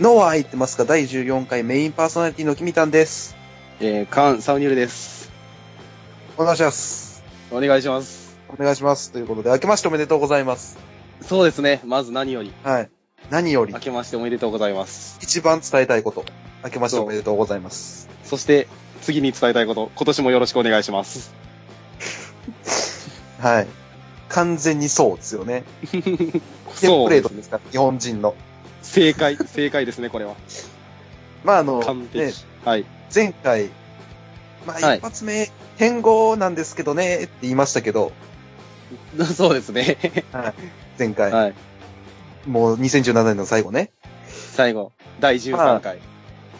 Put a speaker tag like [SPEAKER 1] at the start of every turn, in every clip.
[SPEAKER 1] ノア入ってますか第14回メインパーソナリティのキミタンです。
[SPEAKER 2] えー、カン・サウニルです。
[SPEAKER 1] お願いします。
[SPEAKER 2] お願いします。
[SPEAKER 1] お願いします。ということで、明けましておめでとうございます。
[SPEAKER 2] そうですね。まず何より、
[SPEAKER 1] はい。何より
[SPEAKER 2] 明、けましておめでとうございます。
[SPEAKER 1] 一番伝えたいこと。明けましておめでとうございます。
[SPEAKER 2] そして、次に伝えたいこと、今年もよろしくお願いします。
[SPEAKER 1] はい。完全にそうですよね。テン
[SPEAKER 2] そ
[SPEAKER 1] プレー
[SPEAKER 2] う
[SPEAKER 1] トですから、日本人の。
[SPEAKER 2] 正解、正解ですね、 これは。
[SPEAKER 1] まあ、あの、
[SPEAKER 2] 完
[SPEAKER 1] ね
[SPEAKER 2] 璧。はい。
[SPEAKER 1] 前回、まあ、
[SPEAKER 2] はい
[SPEAKER 1] 一発目、変更なんですけどね、って言いましたけど、
[SPEAKER 2] そうですね。
[SPEAKER 1] 前回、
[SPEAKER 2] はい。
[SPEAKER 1] もう2017年の最後ね、
[SPEAKER 2] 最後、第13回。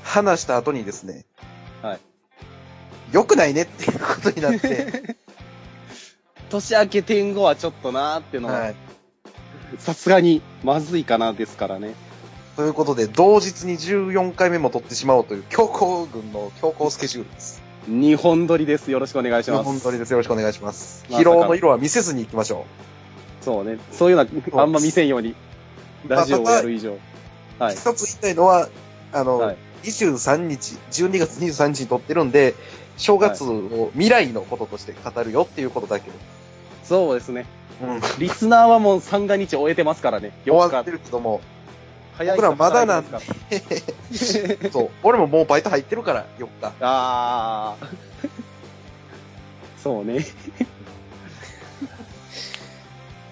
[SPEAKER 1] 話した後にですね、
[SPEAKER 2] はい。
[SPEAKER 1] 良くないねっていうことになって、
[SPEAKER 2] 年明け天後はちょっとなーっていうの
[SPEAKER 1] は
[SPEAKER 2] は、
[SPEAKER 1] い。
[SPEAKER 2] さすがにまずいかなですからね。
[SPEAKER 1] ということで、同日に14回目も撮ってしまおうという強行軍の強行スケジュールです。
[SPEAKER 2] 日本撮りです。よろしくお願いします。
[SPEAKER 1] 本当にです。よろしくお願いします。疲
[SPEAKER 2] まさかの
[SPEAKER 1] 労の色は見せずに行きましょ
[SPEAKER 2] そうね。そういうのは、あんま見せんように、
[SPEAKER 1] う。
[SPEAKER 2] ラジオをや
[SPEAKER 1] ま
[SPEAKER 2] る
[SPEAKER 1] あ
[SPEAKER 2] 以上。はい
[SPEAKER 1] た。だ一つ言いたいのは、あの、
[SPEAKER 2] はい
[SPEAKER 1] 23日、12月23日に撮ってるんで、正月を未来のこととして語るよっていうことだけど。
[SPEAKER 2] そうですね。
[SPEAKER 1] うん。
[SPEAKER 2] リスナーはもう三が日終えてますからね。
[SPEAKER 1] 終
[SPEAKER 2] 4
[SPEAKER 1] わっ
[SPEAKER 2] 日
[SPEAKER 1] て。るけども、
[SPEAKER 2] 早い
[SPEAKER 1] 僕らまだなん
[SPEAKER 2] で
[SPEAKER 1] で
[SPEAKER 2] すか
[SPEAKER 1] そう、 俺ももうバイト入ってるから、4日。
[SPEAKER 2] ああ。 そうね。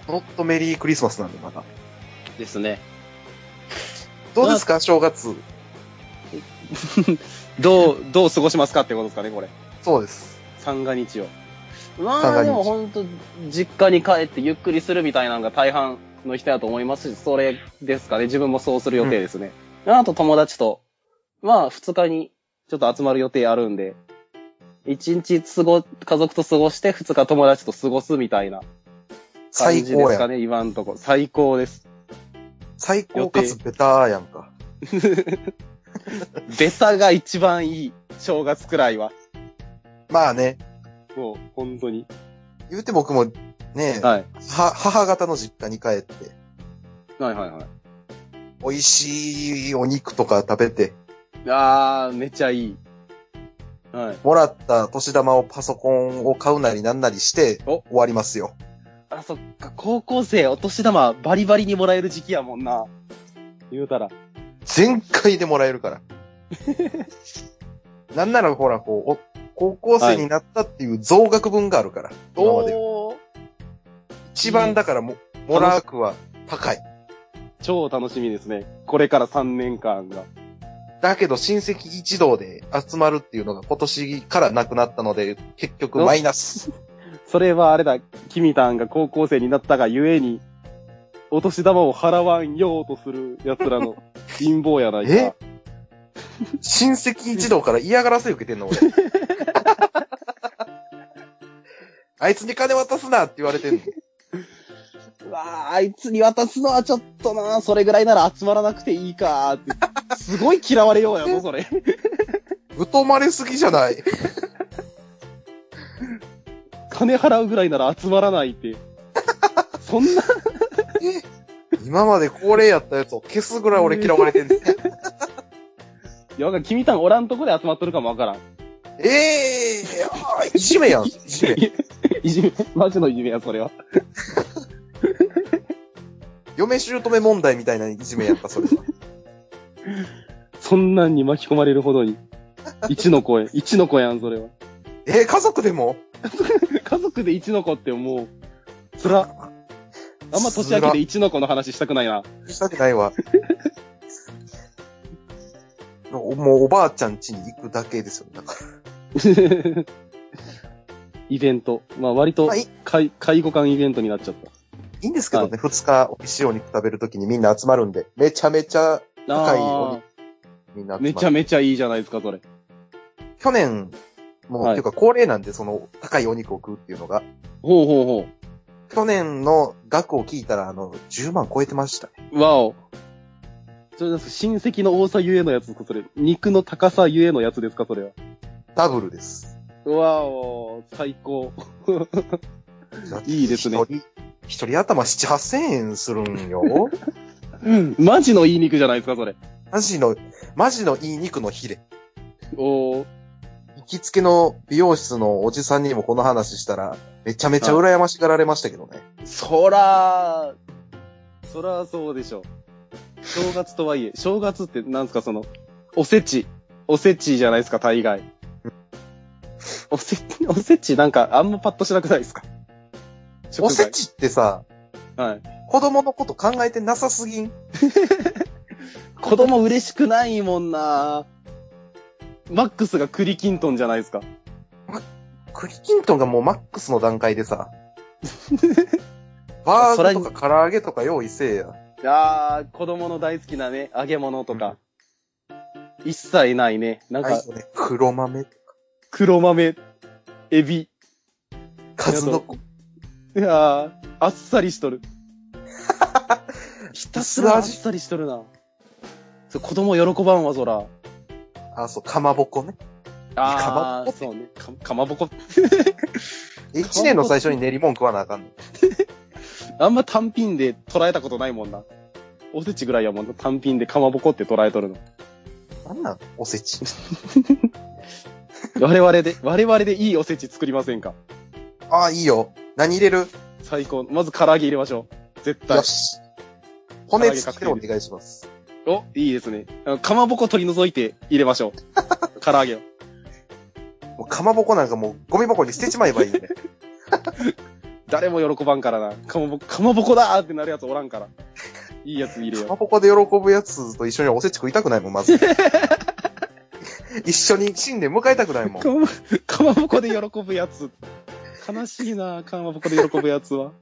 [SPEAKER 1] ほんとメリークリスマスなんで、まだ。
[SPEAKER 2] ですね。
[SPEAKER 1] どうですか、正月。
[SPEAKER 2] どう、どう過ごしますかってことですかね、これ。
[SPEAKER 1] そうです。
[SPEAKER 2] 三が日を。
[SPEAKER 1] 三
[SPEAKER 2] ま
[SPEAKER 1] が
[SPEAKER 2] あ、
[SPEAKER 1] 日
[SPEAKER 2] でも本当実家に帰ってゆっくりするみたいなのが大半の人だと思いますし、それですかね。自分もそうする予定ですね。あと友達と、まあ、二日にちょっと集まる予定あるんで、一日過ご、家族と過ごして、二日友達と過ごすみたいな感
[SPEAKER 1] 最
[SPEAKER 2] じで
[SPEAKER 1] 高
[SPEAKER 2] す
[SPEAKER 1] や
[SPEAKER 2] か
[SPEAKER 1] ん。
[SPEAKER 2] ね、今んとこ。最高です。
[SPEAKER 1] 最高かつベターやんか。
[SPEAKER 2] ベタが一番いい、正月くらいは。
[SPEAKER 1] まあね、
[SPEAKER 2] もう、本当に。
[SPEAKER 1] 言うて僕もね、
[SPEAKER 2] はい。
[SPEAKER 1] は、母方の実家に帰って、
[SPEAKER 2] はいはいは
[SPEAKER 1] 美味しいお肉とか食べて、
[SPEAKER 2] い。あー、めちゃいい。はい。
[SPEAKER 1] もらった年玉をパソコンを買うなりなんなりして、終
[SPEAKER 2] お
[SPEAKER 1] わりますよ。
[SPEAKER 2] あ、そっか、高校生お年玉バリバリにもらえる時期やもんな。言うたら。
[SPEAKER 1] 全開でもらえる から。なんならほら、こう、お高校生になったっていう増額分があるから、今まで。
[SPEAKER 2] おー
[SPEAKER 1] 一番だからも、もらうくは高い。
[SPEAKER 2] 超楽しみですね。これから3年間が。
[SPEAKER 1] だけど親戚一同で集まるっていうのが今年からなくなったので、結局マイナス。
[SPEAKER 2] それはあれだ、キミタンが高校生になったがゆえに、お年玉を払わんようとする 奴らの陰謀やないか。
[SPEAKER 1] 親戚一同から嫌がらせ受けてんの、俺。あいつに金渡すなって言われてんの。
[SPEAKER 2] うわあ、あいつに渡すのはちょっとなそれぐらいなら集まらなくていいかーって。すごい嫌われようやぞ、それ。
[SPEAKER 1] 疎まれすぎじゃない。
[SPEAKER 2] 金払うぐらいなら集まらないって。そんな、
[SPEAKER 1] 今まで恒例やったやつを消すぐらい俺嫌われてんねん。
[SPEAKER 2] いや、君たんおらんとこで集まっとるかもわからん。
[SPEAKER 1] ええー、いじめやん、いじめ。
[SPEAKER 2] いじめ、マジのいじめや、それは。
[SPEAKER 1] 嫁姑問題みたいないじめやんか、それは。
[SPEAKER 2] そんなんに巻き込まれるほどに。一の子へ、 一の子やん、それは。
[SPEAKER 1] えー、家族でも
[SPEAKER 2] 家族で一の子ってもう、つら。あんま年明けで一の子の話したくないな。
[SPEAKER 1] したくないわ。もうもうおばあちゃん家に行くだけですよ、だから。
[SPEAKER 2] イベント。まあ割と
[SPEAKER 1] はい、
[SPEAKER 2] 介介護官イベントになっちゃった。
[SPEAKER 1] いいんですけどね、二、日美味しいお肉食べるときにみんな集まるんで、めちゃめちゃ高いお
[SPEAKER 2] あ
[SPEAKER 1] 肉みんな
[SPEAKER 2] あ、
[SPEAKER 1] 集ま
[SPEAKER 2] め
[SPEAKER 1] る。
[SPEAKER 2] ちゃめちゃいいじゃないですか、それ。
[SPEAKER 1] 去年、もう、
[SPEAKER 2] はい
[SPEAKER 1] っていうか恒例なんで、その高いお肉を食うっていうのが。
[SPEAKER 2] ほうほうほ
[SPEAKER 1] 去年の額を聞いたら、あの、10万超えてました。
[SPEAKER 2] う。わお。それなんですか親戚の多さゆえのやつですか、それ。肉の高さゆえのやつですか、それは。
[SPEAKER 1] ダブルです。
[SPEAKER 2] わお、最高。いいですね
[SPEAKER 1] 一人、一人頭7、8000円するんよ。
[SPEAKER 2] マジのいい肉じゃないですか、それ。
[SPEAKER 1] マジの、マジのいい肉のヒレ。
[SPEAKER 2] おー。
[SPEAKER 1] 行きつけの美容室のおじさんにもこの話したら、めちゃめちゃ羨ましがられましたけどね。
[SPEAKER 2] そらー、そらそうでしょ。正月とはいえ、正月ってなんすかその、おせち。おせちじゃないですか、大概。おせ、おせちなんかあんまパッとしなくないですか
[SPEAKER 1] おせ
[SPEAKER 2] 食
[SPEAKER 1] ちってさ、
[SPEAKER 2] 材はい。
[SPEAKER 1] 子供のこと考えてなさすぎん
[SPEAKER 2] 子供嬉しくないもんなマックスが栗きんとんじゃないですか。
[SPEAKER 1] クリキントンがもうマックスの段階で さ、バーガーとか唐揚げとか用意せえや。
[SPEAKER 2] あー、子供の大好きなね、揚げ物とか。一切ないね。なん
[SPEAKER 1] はい
[SPEAKER 2] か、、
[SPEAKER 1] ね、黒豆、
[SPEAKER 2] 黒豆、エビ。
[SPEAKER 1] 数の子、
[SPEAKER 2] いやー、あっさりし とる。ひたすらあっ
[SPEAKER 1] 薄味
[SPEAKER 2] さりしとるな。そう子供喜ばんわ、そら。
[SPEAKER 1] あ、そう、かまぼこね。
[SPEAKER 2] あ
[SPEAKER 1] かまぼ
[SPEAKER 2] ー、
[SPEAKER 1] こ
[SPEAKER 2] そうね。かかまぼこ。
[SPEAKER 1] 一年の最初に練り物食わなあかんねん。
[SPEAKER 2] あんま単品で捉えたことないもんな。おせちぐらいやもんな。単品でかまぼこって捉えとるの。
[SPEAKER 1] なんなんおせち。
[SPEAKER 2] 我々 で、我々でいいおせち作りませんか
[SPEAKER 1] ああ、いいよ。何入れる
[SPEAKER 2] 最高。まず唐揚げ入れましょう。絶対
[SPEAKER 1] よ。し。骨付きでお願いします。
[SPEAKER 2] お、いいですね。あのかまぼこ取り除いて入れましょ う。唐揚げを。
[SPEAKER 1] もうかまぼこなんかもうゴミ箱に捨てちまえばいいね。
[SPEAKER 2] 誰も喜ばんからな。かまぼこ、かまぼこだーってなるやつおらんから。 い いやつ入れ
[SPEAKER 1] か
[SPEAKER 2] よう。
[SPEAKER 1] まぼこで喜ぶやつと一緒におせち食いたくないもん、ま ず。一緒に新年迎えたくないもん。
[SPEAKER 2] かま、かまぼこで喜ぶやつ。悲しいなかまぼこで喜ぶやつは。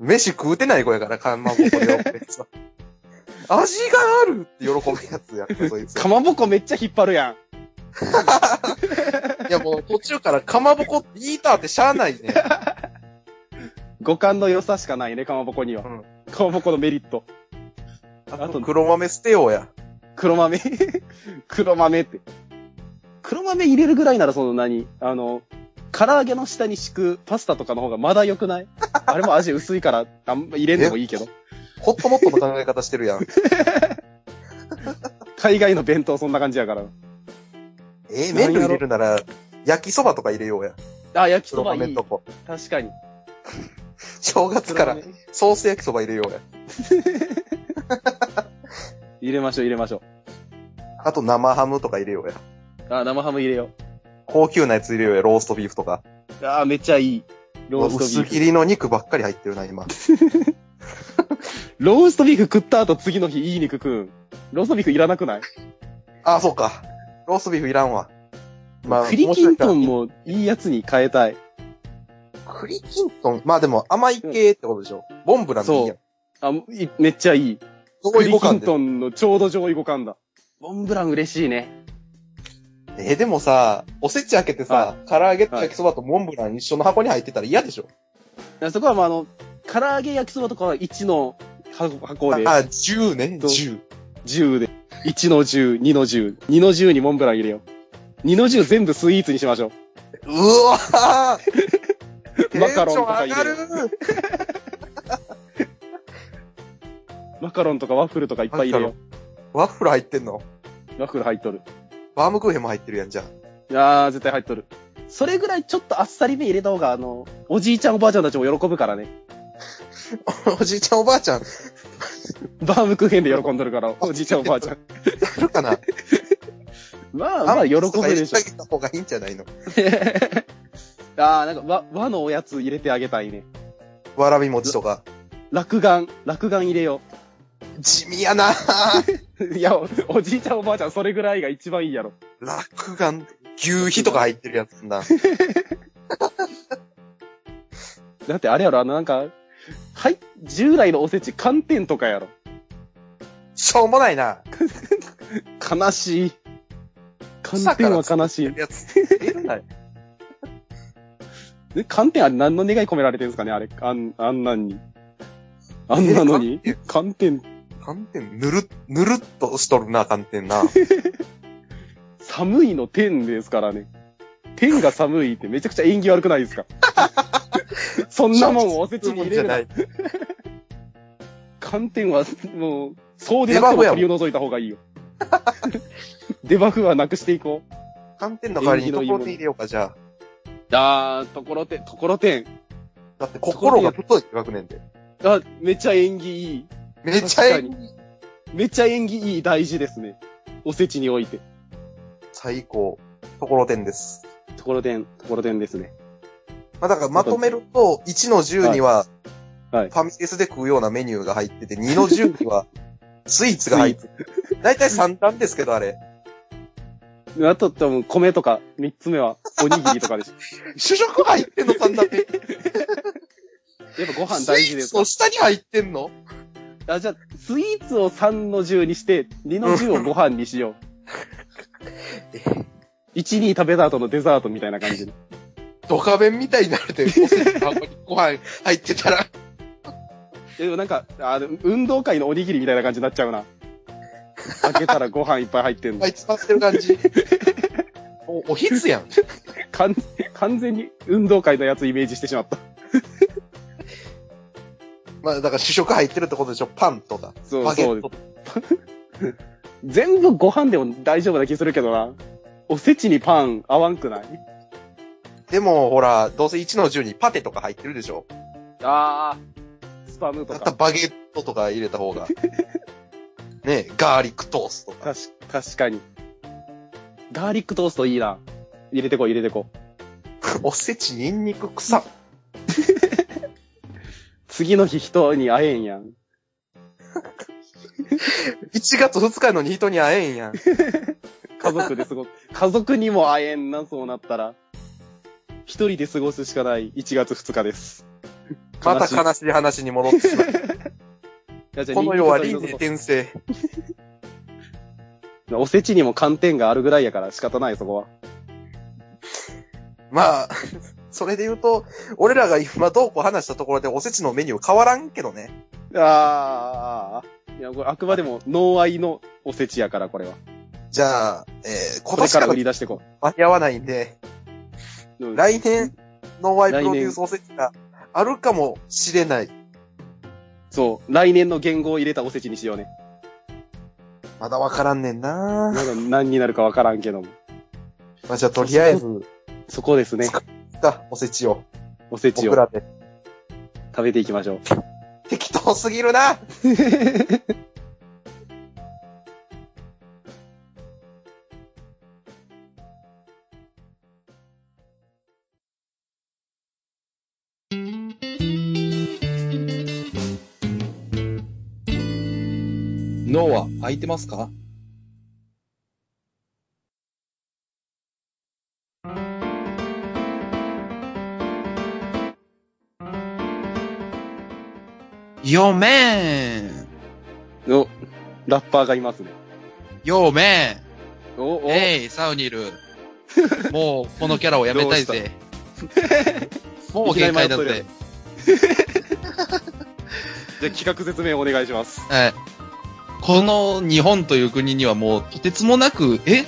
[SPEAKER 1] 飯食うてない子やから、かまぼこで喜ぶや つは。味があるって喜ぶやつやから、そいつ。
[SPEAKER 2] かまぼこめっちゃ引っ張るやん。
[SPEAKER 1] いやもう途中からかまぼこって言いたってしゃあないね。
[SPEAKER 2] 五感の良さしかないね、かまぼこには。
[SPEAKER 1] うん
[SPEAKER 2] かまぼこのメリット。
[SPEAKER 1] あと黒豆捨てようや。
[SPEAKER 2] 黒豆 黒豆って。黒豆入れるぐらいならその何あの、唐揚げの下に敷くパスタとかの方がまだ良くない あれも味薄いから、あんま入れんでもいいけど。
[SPEAKER 1] ホットモットの考え方してるや ん。
[SPEAKER 2] 海外の弁当そんな感じやから。
[SPEAKER 1] えー、麺類入れるなら、焼きそばとか入れようや。
[SPEAKER 2] あ、焼きそ
[SPEAKER 1] 黒
[SPEAKER 2] ばい
[SPEAKER 1] 豆ん
[SPEAKER 2] い
[SPEAKER 1] と。こ。
[SPEAKER 2] 確かに。
[SPEAKER 1] 正月から
[SPEAKER 2] 黒豆
[SPEAKER 1] ソース焼きそば入れようや。
[SPEAKER 2] 入れましょう、入れましょ
[SPEAKER 1] あと生ハムとか入れようや。
[SPEAKER 2] う。あ、生ハム入れよう。
[SPEAKER 1] 高級なやつ入れようや、ローストビーフとか。
[SPEAKER 2] ああ、めっちゃいい。ローストビ
[SPEAKER 1] 薄
[SPEAKER 2] ーフ。
[SPEAKER 1] 切りの肉ばっかり入ってるな、今。
[SPEAKER 2] ローストビーフ食った後次の日いい肉食うん。ローストビーフいらなくない
[SPEAKER 1] あ、そうか。ローストビーフいらんわ。まあ、
[SPEAKER 2] 栗きんと
[SPEAKER 1] も
[SPEAKER 2] んもいいやつに変えた
[SPEAKER 1] し
[SPEAKER 2] い。
[SPEAKER 1] かしたら。栗きんとんまあでも甘い系ってことでしょ。ボンブランでいいやん。
[SPEAKER 2] あ、いめっちゃいい。
[SPEAKER 1] 上位互
[SPEAKER 2] 栗きん
[SPEAKER 1] 換で。
[SPEAKER 2] とんのちょうど上位互換だ。モンブラン嬉しいね。
[SPEAKER 1] えー、でもさ、おせち開けてさ、唐揚げと焼きそばとモンブラン一緒の箱に入ってたら嫌でしょ。
[SPEAKER 2] だからそこはまあ、あの、唐揚げ焼きそばとかは1の箱箱で、
[SPEAKER 1] あ、10ね、
[SPEAKER 2] そう
[SPEAKER 1] 10。
[SPEAKER 2] 10で。1の10、2の10、2の10にモンブラン入れよう。2の10全部スイーツにしましょう。
[SPEAKER 1] うわー
[SPEAKER 2] マカロンとか入
[SPEAKER 1] テン
[SPEAKER 2] れ
[SPEAKER 1] ション上がる
[SPEAKER 2] マカロンとかワッフルとかいっぱい入れよ
[SPEAKER 1] ワッフル入ってんの
[SPEAKER 2] う。ワッフル入っとる。
[SPEAKER 1] バームクーヘンも入ってるやん、じゃあ。
[SPEAKER 2] いやー、絶対入っとる。それぐらいちょっとあっさりめ入れた方が、あの、おじいちゃんおばあちゃんたちも喜ぶからね。
[SPEAKER 1] おじいちゃんおばあちゃん、
[SPEAKER 2] バームクーヘンで喜んどる から、おじいちゃんおばあちゃん。
[SPEAKER 1] あるかな
[SPEAKER 2] まあ まあ、喜ぶでしょ
[SPEAKER 1] あんまり。下げた方がいいんじゃないの
[SPEAKER 2] あー、なんか和、和のおやつ入れてあげたいね。
[SPEAKER 1] わらび餅とか。
[SPEAKER 2] 落眼、落眼入れよ
[SPEAKER 1] 地味やなぁ
[SPEAKER 2] う。いや、おおじいちゃんおばあちゃん、それぐらいが一番いいやろ。
[SPEAKER 1] 落眼、牛皮とか入ってるやつな。
[SPEAKER 2] だってあれやろ、あの、なんか、はい、従来のおせち、寒天とかやろ。
[SPEAKER 1] しょうもないな。
[SPEAKER 2] 悲しい。寒天は悲しい。
[SPEAKER 1] やつ。出るなよ。
[SPEAKER 2] で寒天あれ何の願い込められてるんですかねあれ、あん、あんなんに。あんなのに
[SPEAKER 1] え
[SPEAKER 2] 寒天、
[SPEAKER 1] 寒天、ぬる、ぬるっとしとるな、寒天 な。
[SPEAKER 2] 寒いの天ですからね。天が寒いってめちゃくちゃ縁起悪くない ですかそんなもんおせちに入れるな。
[SPEAKER 1] い。
[SPEAKER 2] 寒天はもう、そうで
[SPEAKER 1] デ
[SPEAKER 2] なくて
[SPEAKER 1] バフ
[SPEAKER 2] も
[SPEAKER 1] やもん
[SPEAKER 2] 取り除いた方がいいよ。 デバフはなくしていこう。
[SPEAKER 1] 寒天の代わりにところてん入れようか、じゃあ。
[SPEAKER 2] あー、ところてん、ところてん。
[SPEAKER 1] だって心が太いって学年で。
[SPEAKER 2] あ、めちゃ縁起いい。
[SPEAKER 1] めっちゃええ
[SPEAKER 2] 確めちゃ縁起いい大事ですね。おせちにおいて。
[SPEAKER 1] 最高。ところてんです。
[SPEAKER 2] ところてん、ところてんですね。
[SPEAKER 1] まあだからまとめると、1の10には、フ
[SPEAKER 2] はい
[SPEAKER 1] ァミレスで食うようなメニューが入ってて、2の10には、 スイーツが入ってて。だいたい3段ですけど、あれ。
[SPEAKER 2] あと、多分、米とか、三つ目は、おにぎりとかでしょ。
[SPEAKER 1] 主食入ってんの、3段って。
[SPEAKER 2] やっぱご飯大事で
[SPEAKER 1] スイー
[SPEAKER 2] すか
[SPEAKER 1] ツの下に入ってんの
[SPEAKER 2] あ、じゃあ、スイーツを3の10にして、2の10をご飯に しよう。1、2食べた後のデザートみたいな感じで。
[SPEAKER 1] ドカ弁みたいになるて、おせちの箱にご飯入ってたら。
[SPEAKER 2] えでもなんか、あでも運動会のおにぎりみたいな感じになっちゃうな。開けたらご飯いっぱい入ってん
[SPEAKER 1] は
[SPEAKER 2] の。
[SPEAKER 1] い、詰まってる感じ。 お、おひつやん。
[SPEAKER 2] 完完全に運動会のやつイメージしてしまった。
[SPEAKER 1] まあ、だから主食入ってるってことでしょパンとか、
[SPEAKER 2] そう
[SPEAKER 1] バゲ
[SPEAKER 2] そ
[SPEAKER 1] ッ
[SPEAKER 2] う
[SPEAKER 1] ト。。
[SPEAKER 2] 全部ご飯でも大丈夫な気するけどな。おせちにパン合わんくない
[SPEAKER 1] でも、ほら、どうせ1の10にパテとか入ってるでしょ
[SPEAKER 2] ああ。スパムと
[SPEAKER 1] だったら
[SPEAKER 2] か。
[SPEAKER 1] バゲットとか入れた 方が。ねえガーリックトーストとか。
[SPEAKER 2] 確か確かに。ガーリックトーストいいな。入れてこう入れてこう。
[SPEAKER 1] おせち、ニンニク、 草。
[SPEAKER 2] 次の日人に会えんやん。
[SPEAKER 1] 1月2日のに人に会えん やん。
[SPEAKER 2] 家族で 過ご、家族にも会えんな、そうなったら。一人で過ごすしかない1月2日です。
[SPEAKER 1] ま
[SPEAKER 2] しい
[SPEAKER 1] た悲しい話に戻ってしま う。
[SPEAKER 2] いやじゃあ
[SPEAKER 1] この世は
[SPEAKER 2] 人
[SPEAKER 1] 輪
[SPEAKER 2] 間
[SPEAKER 1] 廻
[SPEAKER 2] と
[SPEAKER 1] 転生。
[SPEAKER 2] おせちにも寒天があるぐらいやから仕方ない、そこは。
[SPEAKER 1] まあ、 それで言うと、俺らが今どうこう話したところでおせちのメニュー変わらんけどね。
[SPEAKER 2] ああ、いや、これあくまでも、脳愛のおせちやから、これは。
[SPEAKER 1] じゃあ、えー、今
[SPEAKER 2] これ
[SPEAKER 1] 年
[SPEAKER 2] か
[SPEAKER 1] からら
[SPEAKER 2] 売り出してこ
[SPEAKER 1] 間に合わないんで、
[SPEAKER 2] う。うん
[SPEAKER 1] 来年、ノンワイプロデュー
[SPEAKER 2] 来
[SPEAKER 1] スおせちがあるかもしれない。
[SPEAKER 2] そう、来年の言語を入れたおせちにしようね。
[SPEAKER 1] まだわからんねんな
[SPEAKER 2] まだ何になるかわからんけども。
[SPEAKER 1] まあ、じゃあとりあえず、
[SPEAKER 2] そこですね。
[SPEAKER 1] がおせちを、
[SPEAKER 2] おせち
[SPEAKER 1] 僕
[SPEAKER 2] を
[SPEAKER 1] らで。
[SPEAKER 2] 食べていきましょう。
[SPEAKER 1] 適当すぎるな 脳は空いてますかよめーん
[SPEAKER 2] お、ラッパーがいますね。
[SPEAKER 1] よめ
[SPEAKER 2] お、お、
[SPEAKER 3] おえい、サウニル。もう、このキャラをやめたいぜ。もう限界だ
[SPEAKER 2] いきなり迷
[SPEAKER 3] ぜ
[SPEAKER 2] っ。じゃあ企画説明お願いします。
[SPEAKER 3] はい。この日本という国にはもう、とてつもなく、え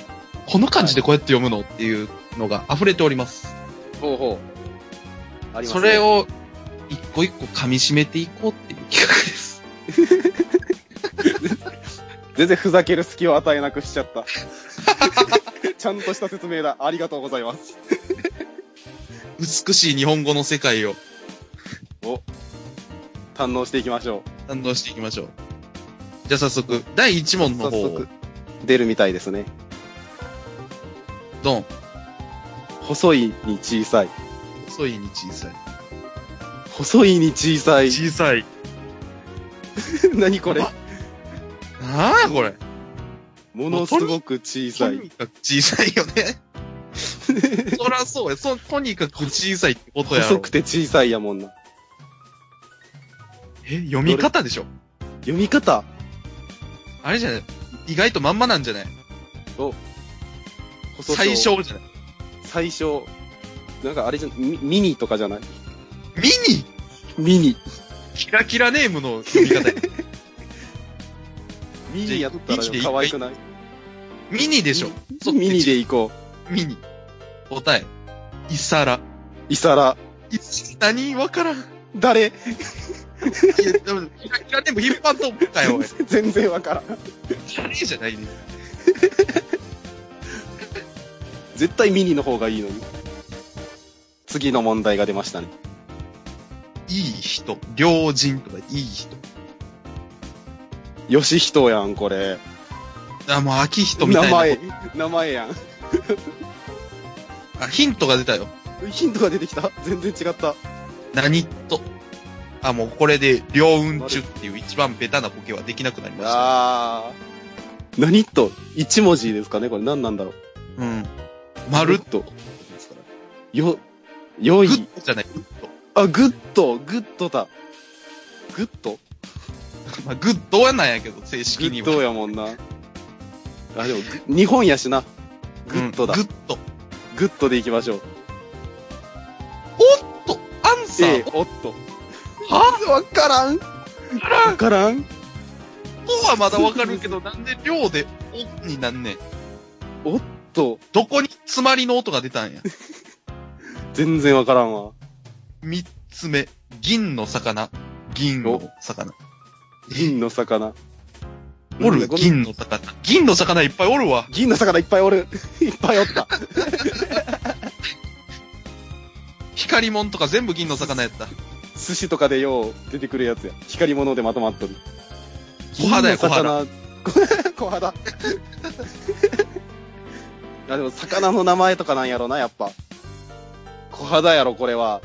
[SPEAKER 3] この漢字でこうやって読むのっていうのが溢れております。
[SPEAKER 2] ほうほう。ありま
[SPEAKER 3] そ
[SPEAKER 2] すね
[SPEAKER 3] れ。を、一個一個噛み締めていこうっていう企画です。
[SPEAKER 2] 全然ふざける隙を与えなくしちゃった。 ちゃんとした説明だ。ありがとうございます。
[SPEAKER 3] 美しい日本語の世界を
[SPEAKER 2] 堪能していきましょ
[SPEAKER 3] 堪能していきましょう。じゃあ早速、第1問
[SPEAKER 2] う。
[SPEAKER 3] の
[SPEAKER 2] 早
[SPEAKER 3] 方を
[SPEAKER 2] 速、、出るみたいですね。
[SPEAKER 3] ドン。
[SPEAKER 2] 細いに小さい。
[SPEAKER 3] 細いに小さい。
[SPEAKER 2] 細いに小さい。
[SPEAKER 3] さい。
[SPEAKER 2] 何これ
[SPEAKER 3] あなあ、これ。
[SPEAKER 2] ものすごく小さ
[SPEAKER 3] と
[SPEAKER 2] い。
[SPEAKER 3] にかく小さいよ ね。そらそうや。そ、とにかく小さいってことやろ。
[SPEAKER 2] 細くて小さいやもんな。
[SPEAKER 3] え、読み方でしょ
[SPEAKER 2] 読み方
[SPEAKER 3] あれじゃない意外とまんまなんじゃない
[SPEAKER 2] 細
[SPEAKER 3] 最
[SPEAKER 2] 小。
[SPEAKER 3] 小じゃない
[SPEAKER 2] 最小。なんかあれじゃん、ミミニとかじゃない
[SPEAKER 3] ミニ
[SPEAKER 2] ミニ。
[SPEAKER 3] キラキラネームの読み 方や。
[SPEAKER 2] ミニやったら
[SPEAKER 3] じゃあミニでいい
[SPEAKER 2] 可愛くない
[SPEAKER 3] ミニでしょそう
[SPEAKER 2] ミニで行こ
[SPEAKER 3] ミニ。答え。イサラ。
[SPEAKER 2] う。イサラ。
[SPEAKER 3] イサラ何わからん。
[SPEAKER 2] 誰
[SPEAKER 1] いや、でも、キラキラでも頻繁と思ったよ、おい。
[SPEAKER 2] 全然わからん。
[SPEAKER 1] キラリじゃないね。
[SPEAKER 2] 絶対ミニの方がいいのに。次の問題が出ましたね。
[SPEAKER 1] いい人。良人とか、いい人。
[SPEAKER 2] ヨシヒトやん、これ。
[SPEAKER 1] あ、もう、秋人みたい
[SPEAKER 2] 名
[SPEAKER 1] な。
[SPEAKER 2] 前、名前やん。
[SPEAKER 1] あ、ヒントが出たよ。
[SPEAKER 2] ヒントが出てきた全然違った。
[SPEAKER 1] 何と。あ、もうこれで、両運中っていう一番ベタなボケはできなくなりました。
[SPEAKER 2] あー。何と、一文字ですかねこれ何なんだろう。
[SPEAKER 1] うん。丸っ
[SPEAKER 2] と。よ、良
[SPEAKER 1] グ
[SPEAKER 2] い。
[SPEAKER 1] ッドじゃない、グッ
[SPEAKER 2] あ、グッド、グッドだ。グッド
[SPEAKER 1] ド。 まあ、グッドはなんやけど、正
[SPEAKER 2] グ
[SPEAKER 1] 式に
[SPEAKER 2] ッ
[SPEAKER 1] は。
[SPEAKER 2] ドやもんな。あ、でもグ、日本やしな。グッドだ。
[SPEAKER 1] うんグッド。
[SPEAKER 2] グッドでいきましょう。
[SPEAKER 1] と、アンサー、
[SPEAKER 2] ええ、おっと。はわからんわからん
[SPEAKER 1] とはまだわかるけど、なんで量で、おになんねん。
[SPEAKER 2] と、
[SPEAKER 1] どこに詰まりの音が出た んや。
[SPEAKER 2] 全然わからんわ。
[SPEAKER 1] 三つ目、銀の魚、銀の魚。
[SPEAKER 2] 銀の魚。
[SPEAKER 1] おる、
[SPEAKER 2] この
[SPEAKER 1] 銀の魚。銀の魚いっぱいおるわ。
[SPEAKER 2] 銀の魚いっぱいおる。 いっぱいおった。
[SPEAKER 1] 光りもんとか全部銀の魚や った。
[SPEAKER 2] 寿司とかでよう出てくるやつや。光り物でまとまっとる。
[SPEAKER 1] 小肌や、小肌。
[SPEAKER 2] 小肌。小肌。あ、でも魚の名前とかなんやろな、やっぱ。小肌やろ、これは。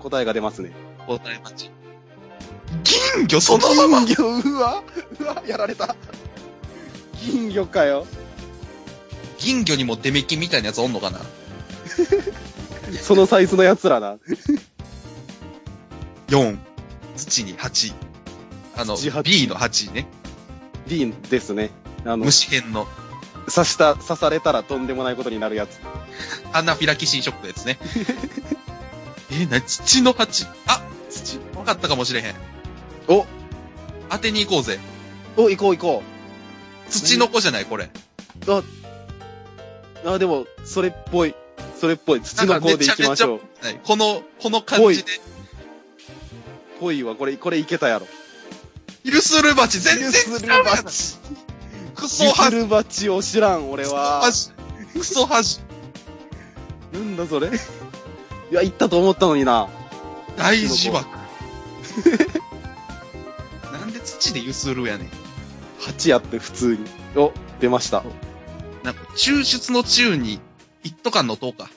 [SPEAKER 2] 答えが出ますね。
[SPEAKER 1] 答え待ち。金魚そのまま
[SPEAKER 2] 金魚、うわ、うわ、やられた。金魚かよ。
[SPEAKER 1] 銀魚にもデメキみたいなやつおんのかな
[SPEAKER 2] そのサイズのやつらな。
[SPEAKER 1] ?4、土に8。あの
[SPEAKER 2] 土、八
[SPEAKER 1] B の8ね。
[SPEAKER 2] D ですね。あの、刺
[SPEAKER 1] 虫編の。
[SPEAKER 2] した、刺されたらとんでもないことになるやつ。
[SPEAKER 1] アナフィラキシンショックのやつ ね。え、な、土の8。あ、
[SPEAKER 2] 土。
[SPEAKER 1] わかったかもしれへん。
[SPEAKER 2] お
[SPEAKER 1] 当てに行こうぜ。
[SPEAKER 2] お、行こう行こ
[SPEAKER 1] 土の子じゃない、これ。
[SPEAKER 2] う。あ、でも、それっぽい。それっぽい。土の子で行きましょう。
[SPEAKER 1] はいこの、この感じで。
[SPEAKER 2] ぽいわ、これ、これいけたやろ。
[SPEAKER 1] イルスルバチ全然
[SPEAKER 2] ゆす
[SPEAKER 1] 違
[SPEAKER 2] る
[SPEAKER 1] うやん
[SPEAKER 2] バチ。
[SPEAKER 1] クソ
[SPEAKER 2] ゆ
[SPEAKER 1] はじ。
[SPEAKER 2] するバチを知らん、俺は。
[SPEAKER 1] クソはじ。
[SPEAKER 2] なんだそれ。いや、行ったと思ったのにな。
[SPEAKER 1] 大事枠。 なんで土でゆするやねん。
[SPEAKER 2] 8やって、普通に。お、出ました。
[SPEAKER 1] なんか、抽出の中に、一斗間の塔か。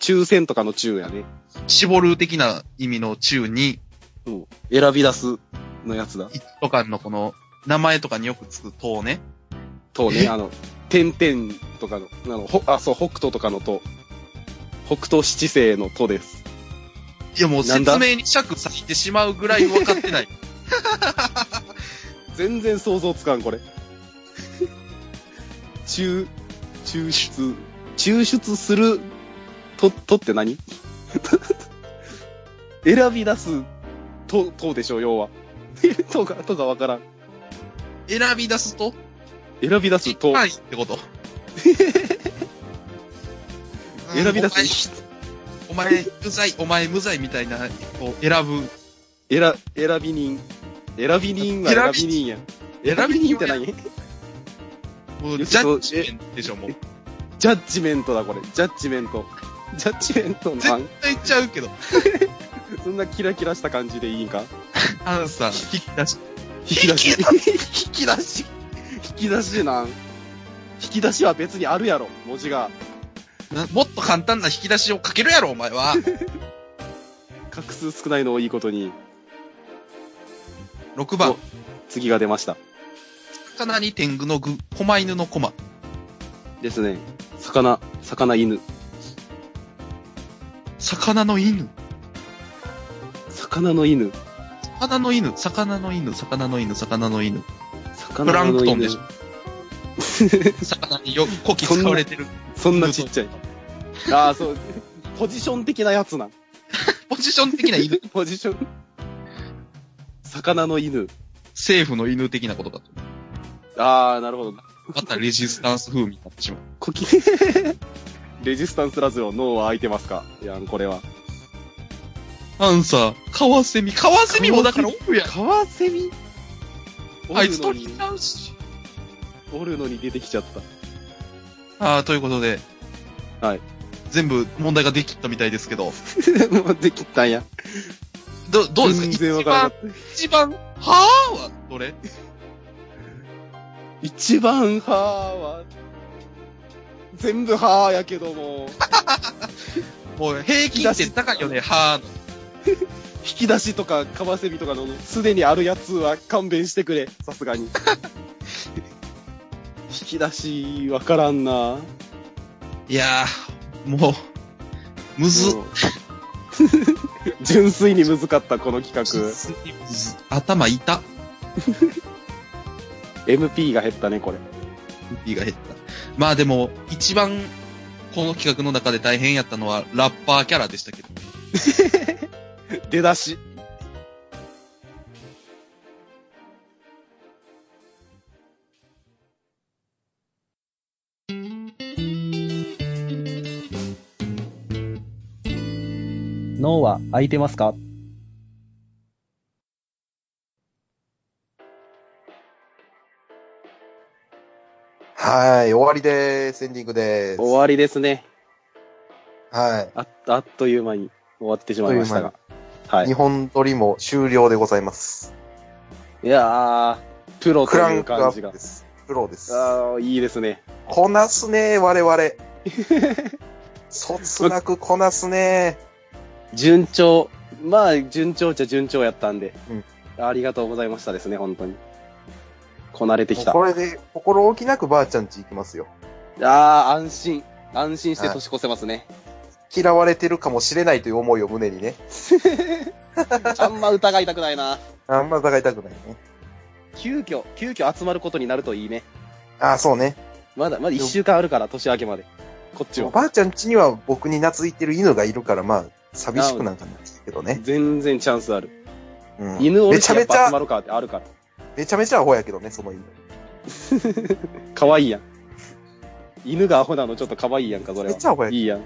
[SPEAKER 2] 抽選とかの中やね。
[SPEAKER 1] 絞る的な意味の中に、
[SPEAKER 2] うん。選び出すのやつだ。
[SPEAKER 1] 一斗間のこの、名前とかによくつく塔ね。
[SPEAKER 2] と
[SPEAKER 1] え
[SPEAKER 2] ね、あの、点々とかの、あの、ほ、あ、そう、北斗とかのと。北斗七星のとです。
[SPEAKER 1] いやもう
[SPEAKER 2] な
[SPEAKER 1] 説
[SPEAKER 2] んだ
[SPEAKER 1] 明に尺割いてしまうぐらい分かって ない。
[SPEAKER 2] 全然想像つかん、これ。抽、抽出、抽出する、と、とって何 選び出す、と、とでしょ、要は。 とが、とがわからん。
[SPEAKER 1] 選び出すと
[SPEAKER 2] 選び出すと、
[SPEAKER 1] 単位ってこと。
[SPEAKER 2] 選び出す、
[SPEAKER 1] お前、お前有罪、お前無罪みたいな、こう、選ぶ。
[SPEAKER 2] 選、選び人。選び人は選び人やん。選び人って何
[SPEAKER 1] もう
[SPEAKER 2] よし
[SPEAKER 1] ジャッジメントでしょ、もう。
[SPEAKER 2] ジャッジメントだ、これ。ジャッジメント。ジャッジメントの
[SPEAKER 1] 絶対言っちゃうけど。
[SPEAKER 2] そんなキラキラした感じでいいんか
[SPEAKER 1] アンサー、引き出し。
[SPEAKER 2] 引き出し。引き出し。引き出しなん。引き出しは別にあるやろ、文字が。
[SPEAKER 1] なもっと簡単な引き出しをかけるやろ、お前は。
[SPEAKER 2] 画数少ないのをいいことに、
[SPEAKER 1] 6番
[SPEAKER 2] お。次が出ました。
[SPEAKER 1] 魚に天狗の具、狛犬の駒。
[SPEAKER 2] ですね。魚、魚犬。
[SPEAKER 1] 魚の犬。
[SPEAKER 2] 魚の犬。
[SPEAKER 1] 魚の犬、魚の犬、魚の犬、魚の犬。プラ
[SPEAKER 2] 魚
[SPEAKER 1] ン
[SPEAKER 2] の
[SPEAKER 1] クトン
[SPEAKER 2] 犬
[SPEAKER 1] でし。魚によくこき使われてる。
[SPEAKER 2] そんなちっちゃい。ああ、そう。ポジション的なやつなん。
[SPEAKER 1] ポジション的な 犬。
[SPEAKER 2] ポジション。魚の犬。
[SPEAKER 1] 政府の犬的なことかと。
[SPEAKER 2] ああ、なるほど。
[SPEAKER 1] またレジスタンス風味になってしまう。
[SPEAKER 2] コキレジスタンスラズロ、脳は空いてますかいや、これは。
[SPEAKER 3] アンサー、カワセミ。カワセミもだからオフや。
[SPEAKER 1] カワセミ
[SPEAKER 3] あいつ
[SPEAKER 2] お
[SPEAKER 3] 取
[SPEAKER 2] る
[SPEAKER 3] り
[SPEAKER 2] のに
[SPEAKER 3] ちゃうし。
[SPEAKER 2] おるのに出てきちゃった。
[SPEAKER 3] ああ、ということで。
[SPEAKER 2] はい。
[SPEAKER 3] 全部問題ができたみたいですけど。
[SPEAKER 2] もうできたんや。
[SPEAKER 3] ど、どうですか
[SPEAKER 2] 全然わからなかった。
[SPEAKER 3] 一番、一番はぁはどれ
[SPEAKER 2] 一番はーは、全部はーやけども、
[SPEAKER 3] もう平均点高いよね、はぁの。
[SPEAKER 2] 引き出しとかカワセミとかのすでにあるやつは勘弁してくれ、さすがに。引き出しわからんな。
[SPEAKER 3] いやー、もう、むず
[SPEAKER 2] う、ん純粋に難かった、この企画。
[SPEAKER 3] むず頭痛。
[SPEAKER 2] MP が減ったね、これ。
[SPEAKER 3] いが減った。まあでも、一番、この企画の中で大変やったのは、ラッパーキャラでしたけど。
[SPEAKER 2] 出だし。脳は空いてますか
[SPEAKER 1] はい、終わりです。エンディングです。
[SPEAKER 2] 終わりですね。
[SPEAKER 1] はい。
[SPEAKER 2] ああっという間に終わってしまいましたが。はい。
[SPEAKER 1] 日本撮りも終了でございます。
[SPEAKER 2] いやー、プロと
[SPEAKER 1] クラ
[SPEAKER 2] いう
[SPEAKER 1] ンクア
[SPEAKER 2] 感
[SPEAKER 1] ッ
[SPEAKER 2] じ
[SPEAKER 1] プ
[SPEAKER 2] が
[SPEAKER 1] で。す。プロです。
[SPEAKER 2] あー、いいですね。
[SPEAKER 1] こなすねー、我 々。そつなくこなすね
[SPEAKER 2] 順調。まあ、順調っちゃ順調やったんで。
[SPEAKER 1] うん
[SPEAKER 2] ありがとうございましたですね、本当に。こなれて
[SPEAKER 1] ー。
[SPEAKER 2] き
[SPEAKER 1] も
[SPEAKER 2] た。
[SPEAKER 1] うこれで心置きなくばあちゃんち行きますよ。
[SPEAKER 2] ああ、安心。安心して
[SPEAKER 1] はい
[SPEAKER 2] 年越せますね。
[SPEAKER 1] 嫌われてるかもしれないという思いを胸にね。
[SPEAKER 2] あんま疑いたくないな。
[SPEAKER 1] あんま疑いたくないね。
[SPEAKER 2] 急遽、急遽集まることになるといいね。
[SPEAKER 1] ああ、そうね。
[SPEAKER 2] まだ、まだ一週間あるから、年明けまで。こっち
[SPEAKER 1] お
[SPEAKER 2] も。
[SPEAKER 1] ばあちゃん家には僕に懐いてる犬がいるから、まあ、寂しくなんかないけどね。
[SPEAKER 2] 全然チャンスある。
[SPEAKER 1] うん、
[SPEAKER 2] 犬お
[SPEAKER 1] め
[SPEAKER 2] る
[SPEAKER 1] ち
[SPEAKER 2] し
[SPEAKER 1] ゃ
[SPEAKER 2] や
[SPEAKER 1] め
[SPEAKER 2] っ
[SPEAKER 1] ち
[SPEAKER 2] ぱ集
[SPEAKER 1] ゃ
[SPEAKER 2] ま、るかってあるから。
[SPEAKER 1] めちゃめちゃアホやけどね、その犬。
[SPEAKER 2] 可愛いやん。犬がアホなのちょっと可愛いやんか、それ
[SPEAKER 1] めっ
[SPEAKER 2] は
[SPEAKER 1] ち。ゃアホやけど
[SPEAKER 2] いいやん。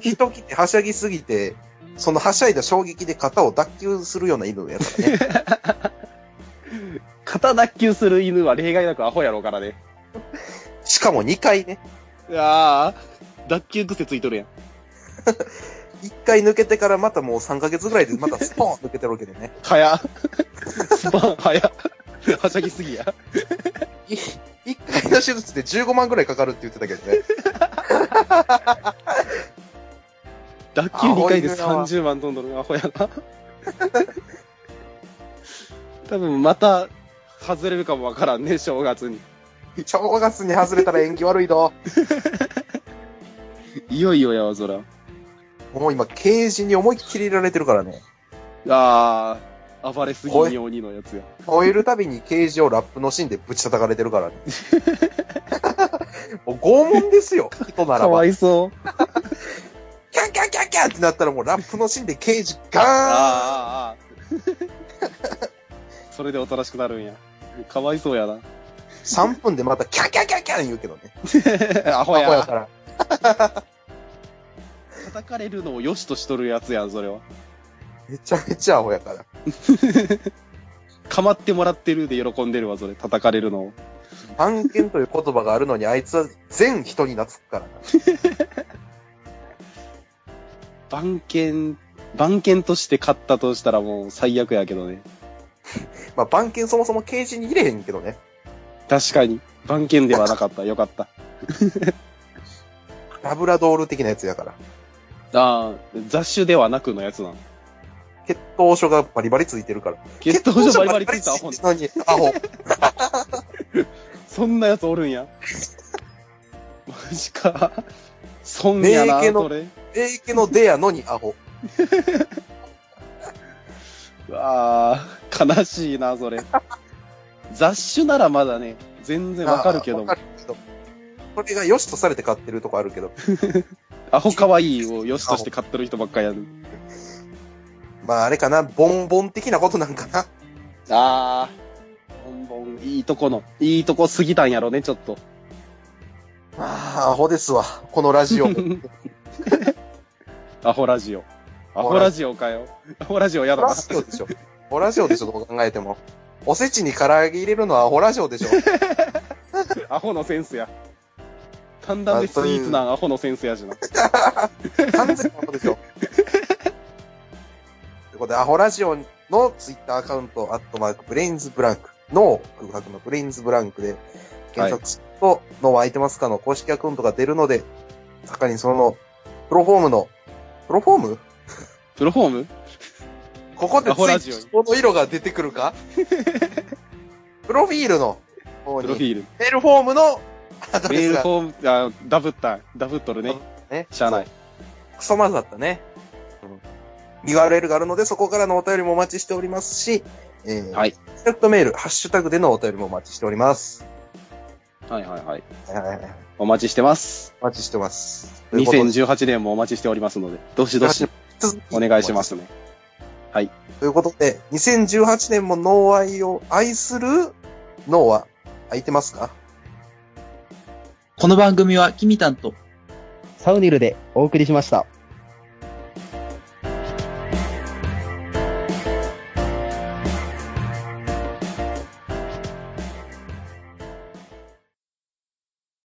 [SPEAKER 1] 人切ってはしゃぎすぎて、そのはしゃいだ衝撃で肩を脱臼するような犬やから ね。
[SPEAKER 2] 肩脱臼する犬は例外なくアホやろうからね。
[SPEAKER 1] しかも2回ね。
[SPEAKER 2] ああ、脱臼癖ついとるやん。
[SPEAKER 1] 1回抜けてからまたもう3ヶ月ぐらいでまたスポーン抜けてるわけどね。
[SPEAKER 2] 早っ。スパン早っ。はしゃぎすぎや。
[SPEAKER 1] 1回の手術で15万ぐらいかかるって言ってたけどね。
[SPEAKER 2] 脱臼2回で30万飛んどるアホやな。多分また外れるかもわからんね、正月に。
[SPEAKER 1] 正月に外れたら縁起悪いど。
[SPEAKER 2] いよいよやわ、そら。
[SPEAKER 1] もう今、ケージに思いっきり入れられてるからね。
[SPEAKER 2] ああ、暴れすぎんようにのやつや。
[SPEAKER 1] 吠えるたびにケージをラップの芯でぶち叩かれてるからね。 もう拷問ですよ、人なら
[SPEAKER 2] か
[SPEAKER 1] ば
[SPEAKER 2] わ。いそう。
[SPEAKER 1] キャンキャンキャンキャンってなったらもうラップの芯でケージガーン
[SPEAKER 2] ああ、ああ、ああ。それでおとなしくなるんや。かわいそうやな。
[SPEAKER 1] !3 分でまたキャンキャンキャンキャン言うけどね。
[SPEAKER 2] アホ
[SPEAKER 1] アホや
[SPEAKER 2] やな。
[SPEAKER 1] から。
[SPEAKER 2] 叩かれるのを良しとしとるやつやん、それは。
[SPEAKER 1] めちゃめちゃアホやから。
[SPEAKER 2] かまってもらってるで喜んでるわ、それ。叩かれるのを。
[SPEAKER 1] 案件という言葉があるのに、あいつは全人に懐くからな。
[SPEAKER 2] 番犬、番犬として買ったとしたらもう最悪やけどね。
[SPEAKER 1] まあ、番犬そもそもケージに入れへんけどね。
[SPEAKER 2] 確かに。番犬ではな かった。よかった。
[SPEAKER 1] ラブラドール的なやつやから。
[SPEAKER 2] ああ、雑種ではなくのやつなの。
[SPEAKER 1] 血糖症がバリバリついてるから。
[SPEAKER 2] 血糖症バリバリついたアホ
[SPEAKER 1] 血。糖症バリバリついてるのに、アホ。
[SPEAKER 2] そんなやつおるんや。マジか。損やな、
[SPEAKER 1] 名家の
[SPEAKER 2] それ。
[SPEAKER 1] えいけの出やのにアホ。
[SPEAKER 2] ああ、悲しいな、それ。雑種ならまだね、全然わかるけど
[SPEAKER 1] あーわか。
[SPEAKER 2] も
[SPEAKER 1] るけどこれが良しとされて買ってるとこあるけど。
[SPEAKER 2] アホかわいいを良しとして買ってる人ばっかりやる。
[SPEAKER 1] まあ、あれかな、ボンボン的なことなんかな。
[SPEAKER 2] ああ、ボンボン、いいとこの、いいとこ過ぎたんやろね、ちょっと。
[SPEAKER 1] まあ、アホですわ。このラジオも。
[SPEAKER 2] アホラジオ。アホラジオかよ。アホラジオや
[SPEAKER 1] ホ
[SPEAKER 2] だ な
[SPEAKER 1] ラ。ジオでしょ。ホラジオでしょ、どう考えても。おせちに唐揚げ入れるのはホラジオでしょ。
[SPEAKER 2] アホのセンスや。単断でスイーツなんアホのセンスやしな。
[SPEAKER 1] 完全なことでしょ。ということで、アホラジオのツイッターアカウント、アットマーク、ブレインズブランク、の空白のブレインズブランクで、検索すると、のは空いてますかの公式アカウントが出るので、さかにその、プロフォームの、プロフォーム
[SPEAKER 2] プロフォーム
[SPEAKER 1] ここで
[SPEAKER 2] アホラジオ
[SPEAKER 1] ツイッターの色が出てくる かプロフィールの方
[SPEAKER 2] プロフ
[SPEAKER 1] に、
[SPEAKER 2] ィール。
[SPEAKER 1] メールフォームのアドレ
[SPEAKER 2] メ
[SPEAKER 1] ス
[SPEAKER 2] ール
[SPEAKER 1] が
[SPEAKER 2] フォーム、あ、ダブった。ダブっとるね。
[SPEAKER 1] ね、
[SPEAKER 2] しゃあない。
[SPEAKER 1] クソまずだったね。URL があるので、そこからのお便りもお待ちしておりますし、えー、
[SPEAKER 2] はい
[SPEAKER 1] コンタクトメール、ハッシュタグでのお便りもお待ちしております。
[SPEAKER 2] はいはいはい。
[SPEAKER 1] はいはいはい。
[SPEAKER 2] お待ちしてます。
[SPEAKER 1] お待ちしてます。ということで
[SPEAKER 2] 2018年もお待ちしておりますので、どしどしお願いしま。すね。
[SPEAKER 1] ということで、2018年もノーアイを愛するノーは空いてますか
[SPEAKER 4] この番組は、キミタンと、
[SPEAKER 5] サウニルでお送りしました。